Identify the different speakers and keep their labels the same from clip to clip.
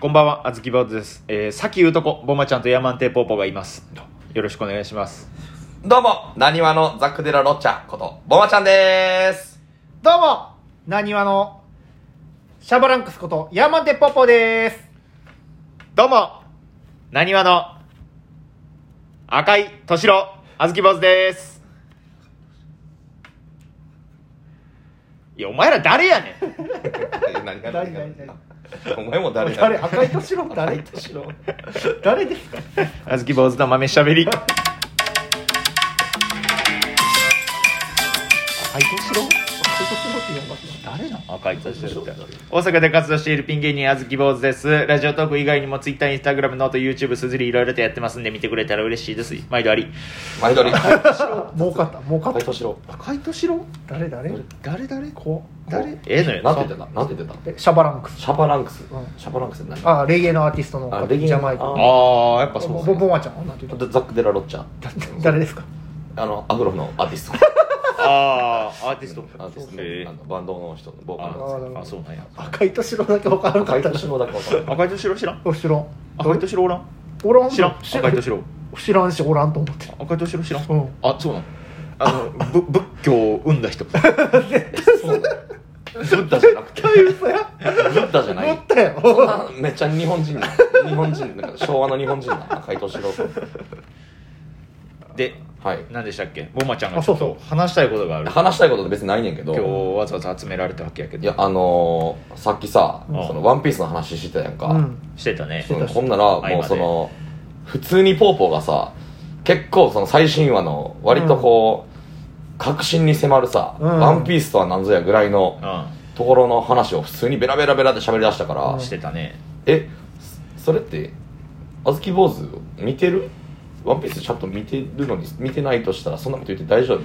Speaker 1: こんばんは、あずき坊主です。えー、さっき言うとこ、ボマちゃんとヤマンテーポーポーがいます。よろしくお願いします。
Speaker 2: どうも、なにわのザックデラロッチャこと、ボマちゃんでーす。
Speaker 3: どうも、なにわの、シャバランクスこと、山手ポポです。
Speaker 1: どうも、なにわの、赤いとしろ、あずき坊主です。いや、お前ら誰やねん。
Speaker 2: え何が何が
Speaker 3: 何々
Speaker 2: お前も誰が
Speaker 3: 誰赤いとしろ誰としろ誰ですか
Speaker 1: あずき坊主の豆しゃべり。赤いとしろ
Speaker 3: 赤いとしろって呼ばれてる
Speaker 1: 誰なの赤いとしろって大阪で活動しているピン芸人あずき坊主ですラジオトーク以外にも Twitter、Instagram、ノート、YouTube すずりいろいろとやってますんで見てくれたら嬉しいです毎度あり
Speaker 2: 前撮り。
Speaker 3: 儲かった、儲かった。
Speaker 2: しろ。
Speaker 1: 赤いとしろ
Speaker 3: 誰誰
Speaker 1: 誰誰
Speaker 3: こ
Speaker 1: 誰ええのよ
Speaker 2: なんて言ってたなんて言って
Speaker 3: う、えシャバランクス。
Speaker 2: たシャバランクス
Speaker 3: うん。
Speaker 2: シャバランクスって何
Speaker 3: あ、レゲエのアーティストの
Speaker 2: あ
Speaker 3: 方、
Speaker 2: レゲエ
Speaker 3: ジャマイ
Speaker 2: あ
Speaker 3: カ。
Speaker 1: ああやっぱそう
Speaker 3: ボ
Speaker 1: っすね
Speaker 3: ボマちゃんはなんて言った
Speaker 2: ザックデラロッチャ
Speaker 3: 誰ですか
Speaker 2: あの、アフロのアーティスト。
Speaker 1: ああアーティスト
Speaker 2: アーティスト
Speaker 1: ええ
Speaker 2: あのバンドの人のボーカル
Speaker 3: あ
Speaker 2: の
Speaker 3: ー
Speaker 1: あそうなんや
Speaker 3: 赤いとしろだけ分からなか
Speaker 2: 赤
Speaker 3: っ
Speaker 2: い
Speaker 3: た
Speaker 2: 年のだけわかんない
Speaker 1: 赤いとしろ知らん
Speaker 3: お知らん。
Speaker 1: 赤いとしろおらん
Speaker 3: おらん
Speaker 1: 知らん赤いとしろ
Speaker 3: 知らんし、おらんと思ってる。
Speaker 1: 赤いとしろ知らん
Speaker 3: うん
Speaker 1: あそうなのあのぶ仏教を生んだ人
Speaker 2: そうブッダじゃなくて。ブッダじゃな
Speaker 3: 思
Speaker 2: い
Speaker 3: っ。た
Speaker 2: そん
Speaker 3: よ。
Speaker 2: なめっちゃ日本人な。日本人、なんか昭和の日本人な。赤い年の。
Speaker 1: で
Speaker 2: はい。
Speaker 1: 何でしたっけボマちゃんがちょっ
Speaker 3: あそ
Speaker 1: と
Speaker 3: うそ
Speaker 1: 話したいことがある
Speaker 2: 話したいことって別にないねんけど。
Speaker 1: 今日わざわざ集められたわけやけど
Speaker 2: いや、あのーさっきさ、
Speaker 1: うん
Speaker 2: そのワンピースの話してたやんか。
Speaker 3: うん。
Speaker 1: してたね
Speaker 2: そのほんなら、
Speaker 1: 合間で
Speaker 2: もうその、普通にポーポーがさ、結構その最新話の、割とこう、確信に迫るさ、
Speaker 3: うん
Speaker 2: ワンピースとは何ぞやぐらいの
Speaker 1: う
Speaker 2: ところの話を普通にベラベラベラって喋り出したから、
Speaker 1: んしてたね
Speaker 2: え、そそれって、あずき坊主見てるワンピースちゃんと見てるのに、見てないとしたら、そんなこと言って大丈夫っ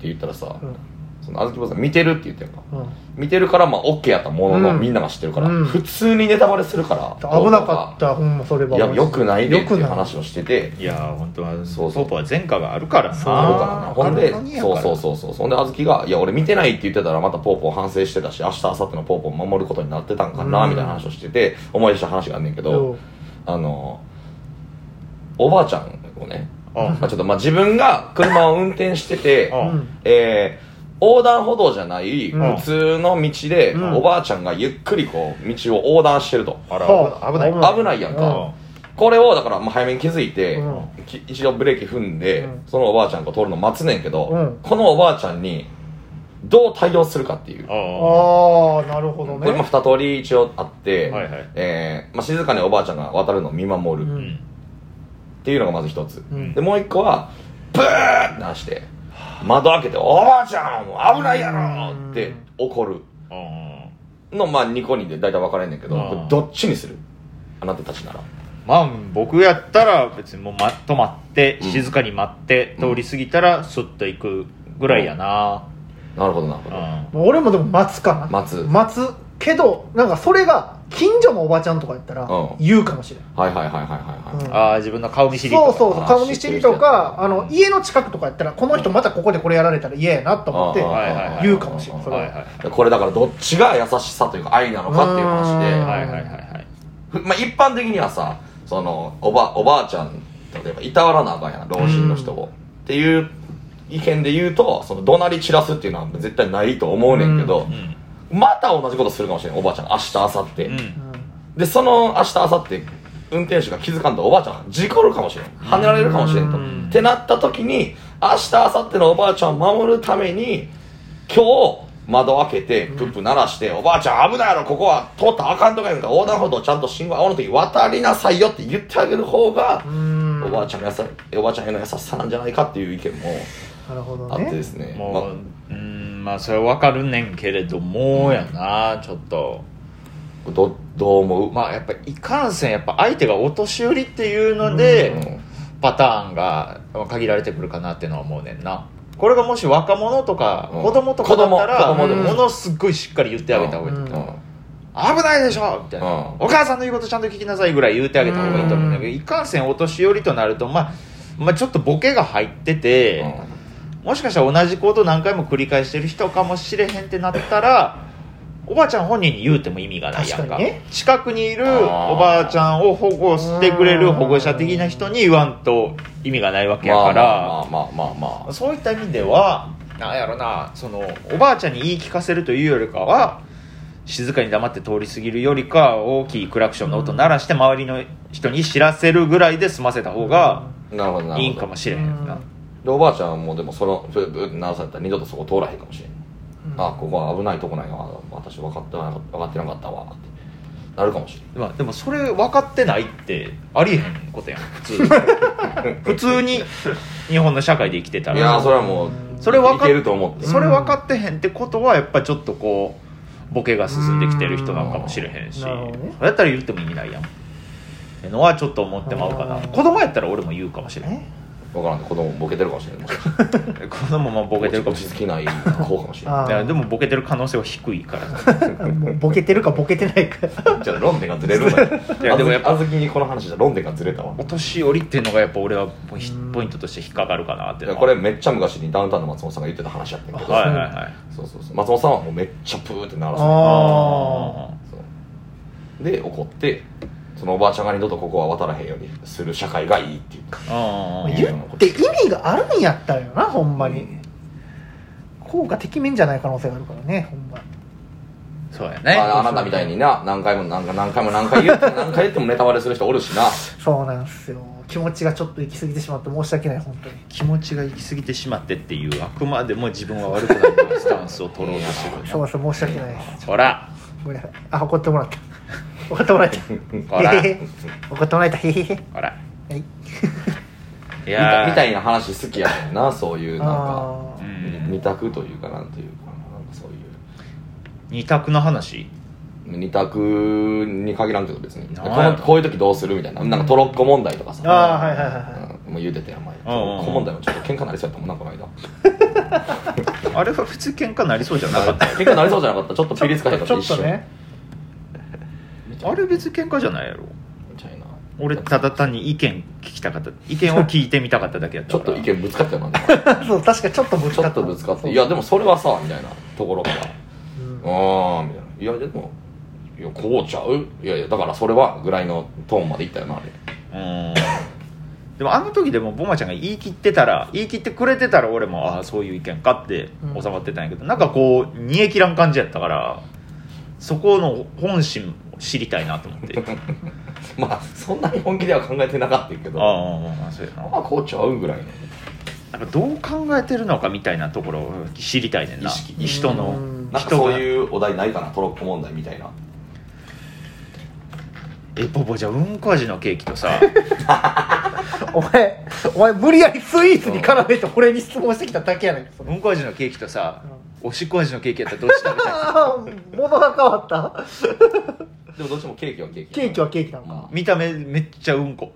Speaker 2: て言ったらさ、
Speaker 3: うん
Speaker 2: そのあずき坊主が見てるって言ってんか。
Speaker 3: うん。
Speaker 2: 見てるからまあ OK やったものの、
Speaker 3: うん
Speaker 2: みんなが知ってるから、
Speaker 3: うん
Speaker 2: 普通にネタバレするから
Speaker 3: 危なかった、ほんま、それは。
Speaker 2: いやよくないでっていう
Speaker 3: 良くない
Speaker 2: 話をしてて
Speaker 1: いやー本当は
Speaker 2: そ
Speaker 1: そうう
Speaker 2: そ
Speaker 1: ポ
Speaker 2: う
Speaker 1: ーポは前科があるから
Speaker 3: そう
Speaker 2: あるか
Speaker 1: な
Speaker 2: らな
Speaker 3: あー
Speaker 2: ほん
Speaker 3: あ
Speaker 2: で
Speaker 3: るのにやか
Speaker 2: そ
Speaker 3: ら
Speaker 2: うそうそうそうそんであずきが「いや俺見てない」って言ってたらまたポーポー反省してたし明日明後日のポーポー守ることになってたんかな、
Speaker 3: うん
Speaker 2: みたいな話をしてて思い出した話があんねんけど、
Speaker 3: よ
Speaker 2: あのおばあちゃんをね、
Speaker 1: うん
Speaker 2: まあ、ちょっとまあ自分が車を運転してて、
Speaker 1: う
Speaker 3: うんん。
Speaker 2: えー横断歩道じゃない
Speaker 3: うん
Speaker 2: 普通の道で、
Speaker 3: うん
Speaker 2: おばあちゃんがゆっくりこう道を横断してると、
Speaker 1: あら
Speaker 3: はあ
Speaker 1: 危ない
Speaker 3: 危ない
Speaker 2: 危ないやん
Speaker 1: う
Speaker 2: か、
Speaker 1: ん
Speaker 2: これをだからもう早めに気づいて、
Speaker 3: うん
Speaker 2: き一度ブレーキ踏んで、
Speaker 3: うん
Speaker 2: そのおばあちゃんが通るの待つねんけど、
Speaker 3: うん
Speaker 2: このおばあちゃんにどう対応するかっていう、
Speaker 1: あ
Speaker 3: ああ、なるほど
Speaker 2: こ
Speaker 3: ね
Speaker 2: れ。も二通り一応あって、
Speaker 1: はいはい
Speaker 2: えーまあ、静かにおばあちゃんが渡るのを見守
Speaker 3: う
Speaker 2: るっ
Speaker 3: ん
Speaker 2: ていうのがまず一つ、
Speaker 3: うん
Speaker 2: でもう一個はブーって鳴らして窓開けて「おばあちゃん危ないやろ!」って怒る
Speaker 1: あうん
Speaker 2: のまあニコニで大体分かれんねんけど、
Speaker 1: うん
Speaker 2: これどっちにするあなたたちなら
Speaker 1: まあ僕やったら別にもうま止まって静かに待って
Speaker 2: う
Speaker 1: 通
Speaker 2: ん
Speaker 1: り過ぎたらスッと行くぐらいやな
Speaker 2: なるほどなるほ
Speaker 1: う
Speaker 2: ど、
Speaker 1: ん
Speaker 3: 俺もでも待つかな。
Speaker 2: 待つ
Speaker 3: 待つ。けど、なんかそれが、近所のおばちゃんとかやったら
Speaker 2: うん、
Speaker 3: 言うかもしれん。
Speaker 2: はいはいはいはいはいはい、
Speaker 3: うん
Speaker 1: ああ自分の顔見知りと
Speaker 3: そう
Speaker 1: か
Speaker 3: そうそう、顔見知りとか、あの、家の近くとかやったら、この人またここでこれやられたら嫌やなと思って
Speaker 2: あ、
Speaker 1: はい
Speaker 2: あ
Speaker 1: はいはい
Speaker 3: 言うかもしれん。それ
Speaker 1: は
Speaker 3: はい
Speaker 1: はいはい
Speaker 2: これだからどっちが優しさというか愛なのかっていう
Speaker 3: うん
Speaker 2: 話
Speaker 1: はいはいはいはい
Speaker 2: で、まあ、一般的にはさそのおばおばあちゃん例えばいたわらなあかんやん老人の人を、っていう意見で言うとその怒鳴り散らすっていうのは絶対ないと思うねんけど、また同じことするかもしれんおばあちゃん明日明後日、
Speaker 1: うんうん
Speaker 2: でその明日明後日運転手が気づかんとおばあちゃん事故るかもしれん跳ねられるかもしれんと
Speaker 1: うん
Speaker 2: ってなった時に明日明後日のおばあちゃんを守るために今日窓開けてプップ鳴らして、おばあちゃん危ないやろここは通ったらあかんとか言うんか横断歩道ちゃんと信号青の時渡りなさいよって言ってあげる方が
Speaker 3: ん
Speaker 2: おばあちゃんの優しおばあちゃんへの優しさなんじゃないかっていう意見も
Speaker 3: なるほ
Speaker 2: あ
Speaker 3: ど
Speaker 2: ってで
Speaker 3: ね。
Speaker 2: すねま
Speaker 1: もううんまあそれはわかるねんけれどもやなちょっと
Speaker 2: あどどう思う、
Speaker 1: まあやっぱいかんせんやっぱ相手がお年寄りっていうので、
Speaker 2: うん
Speaker 1: パターンが限られてくるかなってのは思うねんなこれがもし若者とか
Speaker 2: うん
Speaker 1: 子供とかだったら、
Speaker 2: 子供
Speaker 3: 子供でも
Speaker 1: ものすっごいしっかり言ってあげた方がいいと思う、
Speaker 3: うん
Speaker 1: 危ないでしょみたいな、
Speaker 2: うん
Speaker 1: お母さんの言うことちゃんと聞きなさいぐらい言うてあげた方がいいと思うんだけど、いかんせんお年寄りとなると、まあ、まあちょっとボケが入ってて、
Speaker 2: うん
Speaker 1: もしかしたら同じこと何回も繰り返してる人かもしれへんってなったらおばあちゃん本人に言うても意味がないやん
Speaker 3: 確
Speaker 1: か
Speaker 3: かにね
Speaker 1: 近くにいる
Speaker 2: あー
Speaker 1: おばあちゃんを保護してくれる保護者的な人に言わんと意味がないわけやから、
Speaker 2: まあまあまあまあまあ
Speaker 1: そういった意味ではなんやろなそのおばあちゃんに言い聞かせるというよりかは静かに黙って通り過ぎるよりか大きいクラクションの音鳴らして周りの人に知らせるぐらいで済ませた方が
Speaker 2: なるほどなるほど
Speaker 1: いいんかもしれへんな
Speaker 3: うん
Speaker 2: でおばあちゃんはもうでもそのそれ何歳だったら二度とそこ通らへんかもしれん、
Speaker 3: うん
Speaker 2: あここは危ないとこなんや私分かってなかった分かってなかったわってなるかもし
Speaker 1: まあ、でもそれ分かってないってありえへんことやん普通普通に日本の社会で生きてた
Speaker 2: れん
Speaker 1: ら
Speaker 2: いやーそれはもう
Speaker 1: それ分かっ
Speaker 2: いけると思って
Speaker 1: それ分かってへんってことはやっぱちょっとこうボケが進んできてる人なんかもしれへんし、
Speaker 3: うんなるほどね
Speaker 1: そうやったら言っても意味ないやんってのはちょっと思ってまうかな
Speaker 3: うん
Speaker 1: 子供やったら俺も言うかもしれん
Speaker 3: え
Speaker 2: 分からん子供もボケてるかもしれない
Speaker 1: 子供もボケてるかもしれ
Speaker 2: 落ち着きない子かもしれ
Speaker 3: あ
Speaker 2: な
Speaker 1: ん
Speaker 3: ー
Speaker 1: いやでもボケてる可能性は低いから
Speaker 3: もうボケてるかボケてないか
Speaker 2: いじゃあ論点がずれるんだ
Speaker 1: いやでもやっぱ
Speaker 2: あずきにこの話じゃ論点がずれたわ
Speaker 1: お年寄りっていうのがやっぱ俺はポイポイントとして引っかかるかなって
Speaker 2: い
Speaker 1: いう
Speaker 2: や
Speaker 1: のは
Speaker 2: これめっちゃ昔にダウンタウンの松本さんが言ってた話やってんけど、
Speaker 1: はいはいはい
Speaker 2: そうそうそう松本さんはもうめっちゃプーって鳴らす
Speaker 3: あ
Speaker 1: あー
Speaker 2: そうで怒ってそのおばあちゃんが二度とここは渡らへんようにする社会がいいっていうか
Speaker 1: あー
Speaker 3: 言って意味があるんやったらよなほんまに効果てきめんじゃない可能性があるからねほんま
Speaker 1: そうや
Speaker 2: ああ
Speaker 1: ね
Speaker 2: なたみたいにな何回も何回何回も何回言 って何回言ってもネタバレする人おるしな
Speaker 3: そうなんすよ気持ちがちょっと行き過ぎてしまって申し訳ない本当に
Speaker 1: 気持ちが行き過ぎてしまってっていうあくまでも自分は悪くないというスタンスを取ろうとしてる
Speaker 3: そうなんすよ申し訳ないです
Speaker 1: ほら
Speaker 3: ごめんなさいあ怒ってもらった怒ってもらった
Speaker 1: ほら
Speaker 3: 怒ってもらえたへへへ
Speaker 1: ほら
Speaker 3: はい
Speaker 1: い
Speaker 2: みたみた
Speaker 1: い
Speaker 2: いな話好きやねんなそういうなんか
Speaker 3: あー
Speaker 1: うん
Speaker 2: 二択というかなんというかなんかそういう
Speaker 1: 二択の話
Speaker 2: 二択に限らんけど別に
Speaker 1: な
Speaker 2: こ
Speaker 1: んやろ
Speaker 2: のこういう時どうするみたいななんかトロッコ問題とかさ
Speaker 3: あーはいはいはいはい
Speaker 2: うんもう言うてたやん前ト
Speaker 1: うんうんうん
Speaker 2: ロッコ問題もちょっと喧嘩なりそうやったもんなんかの間
Speaker 1: あれは普通喧嘩なりそうじゃなかっ
Speaker 2: 喧嘩なりそうじゃなかったちょっとピリつかへんかっ
Speaker 3: ち
Speaker 2: た
Speaker 3: ょ
Speaker 2: 一
Speaker 3: っと
Speaker 2: 瞬
Speaker 3: ね
Speaker 1: たあれ別に喧嘩じゃないやろ
Speaker 2: みたいな
Speaker 1: 俺ただ単に意見聞きたかった意見を聞いてみたかっただけやっ
Speaker 2: ちょ
Speaker 1: た
Speaker 2: っ
Speaker 1: から
Speaker 2: と意見ぶつかったよなんか
Speaker 3: そう確かにちょっとぶつ
Speaker 2: ちょ
Speaker 3: か
Speaker 2: っ
Speaker 3: った
Speaker 2: とぶつかっていやでもそれはさみたいなところから
Speaker 3: うん
Speaker 2: ああみたいないやでもいやこうちゃういやいやだからそれはぐらいのトーンまでいったよなあれ
Speaker 1: うんでもあの時でもボマちゃんが言い切ってたら言い切ってくれてたら俺もああそういう意見かって
Speaker 3: うん
Speaker 1: 収まってたんやけど、なんかこう煮え切らん感じやったからそこの本心を知りたいなと思って
Speaker 2: まあそんなに本気では考えてなかったけどあ
Speaker 1: ああそうや
Speaker 2: あこうちゃうぐらいの
Speaker 1: ななんかどう考えてるのかみたいなところを知りたいねんな
Speaker 2: 意識
Speaker 1: 人の
Speaker 3: うん
Speaker 2: なんか
Speaker 1: 人
Speaker 2: そう
Speaker 1: が
Speaker 2: いうお題ないかなトロッコ問題みたいな
Speaker 1: えボボじゃあうんこ味のケーキと さ
Speaker 3: お前お前無理やりスイーツに絡めて俺に質問してきただけやねんそれ
Speaker 1: うんこ味のケーキとさおしっこ味のケーキやったらどっち食べたい
Speaker 3: ああ物が変わった
Speaker 2: でもどっちもケーキはケーキ
Speaker 3: ケーキはケーキなのか
Speaker 2: まあ
Speaker 1: 見た目めっちゃうんこ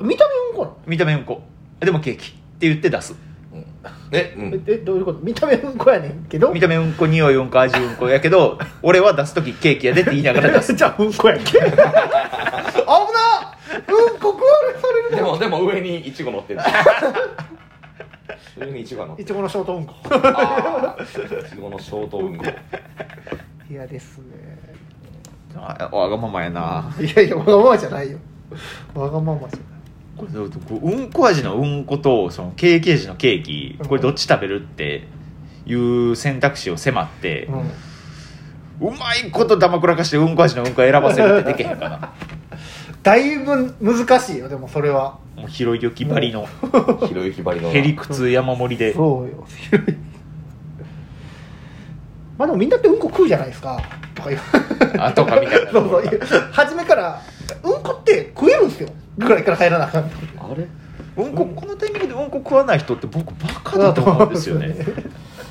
Speaker 3: 見た目うんこなの
Speaker 1: 見た目うんこでもケーキって言って出す
Speaker 2: うんえうん
Speaker 3: ええどういうこと見た目うんこやねんけど
Speaker 1: 見た目うんこ匂いうんこ味うんこやけど俺は出す時ケーキやでって言いながら出す
Speaker 3: じゃあうんこやんけ 危なうんこ食われされる
Speaker 2: でもでも上にイチゴ乗 ってる上にイチゴが乗って
Speaker 3: い
Speaker 2: る
Speaker 3: ちごのショートうんこ
Speaker 2: あーイチゴのショート運動
Speaker 3: いやですね
Speaker 1: あわがままやない
Speaker 3: やいやわがままじゃないよわがままじゃない
Speaker 1: これどうこううんこ味のうんことそのケーキ味のケーキこれどっち食べるっていう選択肢を迫って、
Speaker 3: う
Speaker 1: う
Speaker 3: ん
Speaker 1: まいことだまくらかしてうんこ味のうんこ選ばせるってできへんかな
Speaker 3: だいぶ難しいよでもそれは
Speaker 1: もうひろゆきばりの
Speaker 2: ひろゆきばりのな
Speaker 1: へりくつ山盛りで
Speaker 3: そうよ まあでもみんなってうんこ食うじゃないですかとか言う
Speaker 1: あとかみたいな
Speaker 3: そうそう言う初めからうんこって食えるんですよぐらいから入らなあかん
Speaker 2: あれ
Speaker 1: うんここのタイミングでうんこ食わない人って僕バカだと思うんですよね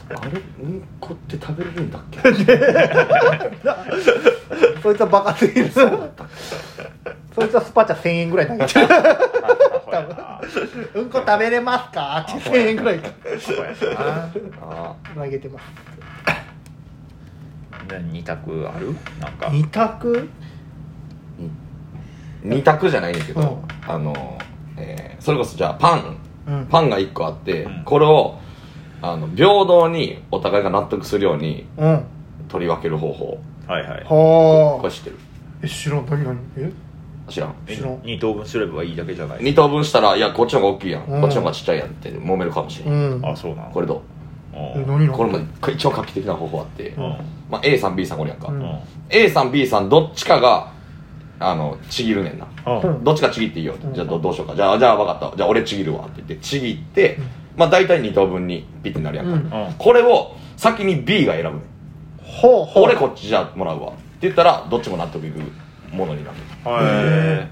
Speaker 2: あれうんこって食べれるんだっけ
Speaker 3: そいつはバカすぎるそいつはスパチャ1000円ぐらい投げてるうんこ食べれますかって1000円ぐらい
Speaker 2: あ
Speaker 3: 投げてます
Speaker 1: 2択あるなんか
Speaker 3: 二択
Speaker 2: 二択じゃないんだけど、
Speaker 3: うん
Speaker 2: あの、えーそれこそじゃあパン、
Speaker 3: うん
Speaker 2: パンが一個あって、
Speaker 1: うん
Speaker 2: これをあの平等にお互いが納得するように
Speaker 3: うん
Speaker 2: 取り分ける方法
Speaker 1: はいはい
Speaker 3: は
Speaker 2: こ
Speaker 3: あ
Speaker 2: れ知ってる
Speaker 3: え知らん何何え
Speaker 2: 知らん
Speaker 1: え
Speaker 3: 知らん
Speaker 1: 二等分すればいいだけじゃない
Speaker 2: 2等分したらいやこっちの方が大きいやん、
Speaker 3: うん
Speaker 2: こっちの方がちっちゃいやんって揉めるかもしれ、
Speaker 3: うんん
Speaker 1: あそうなの
Speaker 2: これど
Speaker 1: う
Speaker 3: え
Speaker 1: ん
Speaker 3: 何
Speaker 2: う
Speaker 3: 何
Speaker 2: これも一応画期的な方法あって、
Speaker 1: うん
Speaker 2: まあ、A さん B さんこれやんか、
Speaker 3: うん
Speaker 1: うん
Speaker 2: A さん B さんどっちかがあのちぎるねんな
Speaker 1: うん
Speaker 2: どっちかちぎっていいよって、
Speaker 3: うん
Speaker 2: じゃあどどうしようかじゃあじゃあ分かったじゃあ俺ちぎるわって言ってちぎって、まあ大体2等分にピッてなるやんか、
Speaker 3: うん
Speaker 1: うん
Speaker 2: これを先に B が選ぶねん
Speaker 3: ほうほう
Speaker 2: 俺こっちじゃあもらうわって言ったらどっちも納得いくものになる
Speaker 1: へえ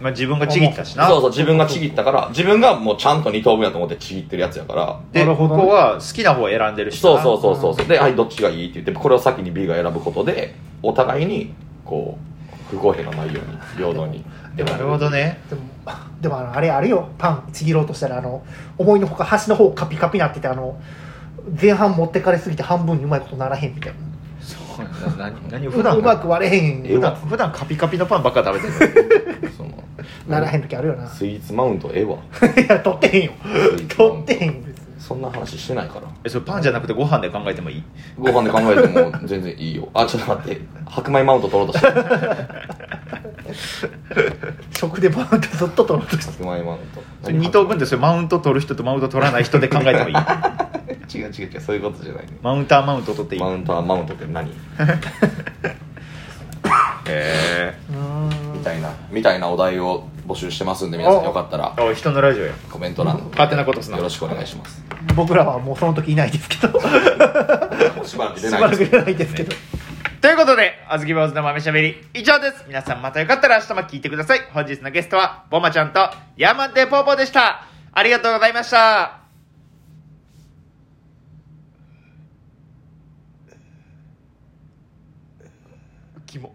Speaker 1: まあ自分がちぎったしな
Speaker 2: そうそう自分がちぎったから自分がもうちゃんと2等分やと思ってちぎってるやつやから
Speaker 1: で
Speaker 3: なる
Speaker 1: こ
Speaker 3: ほど
Speaker 1: こ
Speaker 3: ね
Speaker 1: は好きな方を選んでるし
Speaker 2: そうそううそうそうそうではいどっちがいいって言ってこれを先に B が選ぶことでお互いにこう不公平がないように平等にでも
Speaker 1: なるほどね
Speaker 3: でもでもあのあれあれよパンちぎろうとしたらあの思いのほか端の方カピカピなっててあの前半持ってかれすぎて半分にうまいことならへんみたいな
Speaker 1: そうな何何
Speaker 3: 普
Speaker 1: 普
Speaker 3: 段
Speaker 1: 段
Speaker 3: うまく割れへん
Speaker 1: 普段普段カピカピのパンばっか食べて る
Speaker 2: その
Speaker 3: ならへん時あるよな
Speaker 2: スイーツマウントええわ
Speaker 3: いや取ってへんよ
Speaker 2: スイーツマウ
Speaker 3: 取っ
Speaker 2: ン
Speaker 3: て
Speaker 2: ト
Speaker 3: へんよ別に
Speaker 2: そんな話してないから
Speaker 1: えそれパンじゃなくてご飯で考えてもいい
Speaker 2: ご飯で考えても全然いいよあちょっと待って白米マウント取ろうとしてる
Speaker 3: 食でバーンってずっと取ろうとして
Speaker 2: 白米マウント
Speaker 1: それ二等分ってそれマウント取る人とマウント取らない 人で考えてもいい
Speaker 2: 違う違う違うそういうことじゃないね
Speaker 1: マウンターマウント取っていい
Speaker 2: マウントはマウントって何
Speaker 1: へ
Speaker 3: うーん
Speaker 2: みたいなみたいなお題を募集してますんで皆さん
Speaker 3: お
Speaker 2: よかったら
Speaker 1: えおい人のラジオや
Speaker 2: コメント欄
Speaker 1: 勝手なことすな
Speaker 2: よろしくお願いします
Speaker 3: 僕らはもうその時いないですけどし
Speaker 2: もうしばらく出
Speaker 3: ば
Speaker 2: ない
Speaker 3: ら
Speaker 2: で
Speaker 3: く
Speaker 2: すけ
Speaker 3: い
Speaker 2: ど
Speaker 3: ないですけど
Speaker 1: ということで、あずき坊主の豆しゃべり、以上です。皆さんまたよかったら明日も聞いてください。本日のゲストは、ボマちゃんと、山手ぽーぽーでした。ありがとうございました。キモ。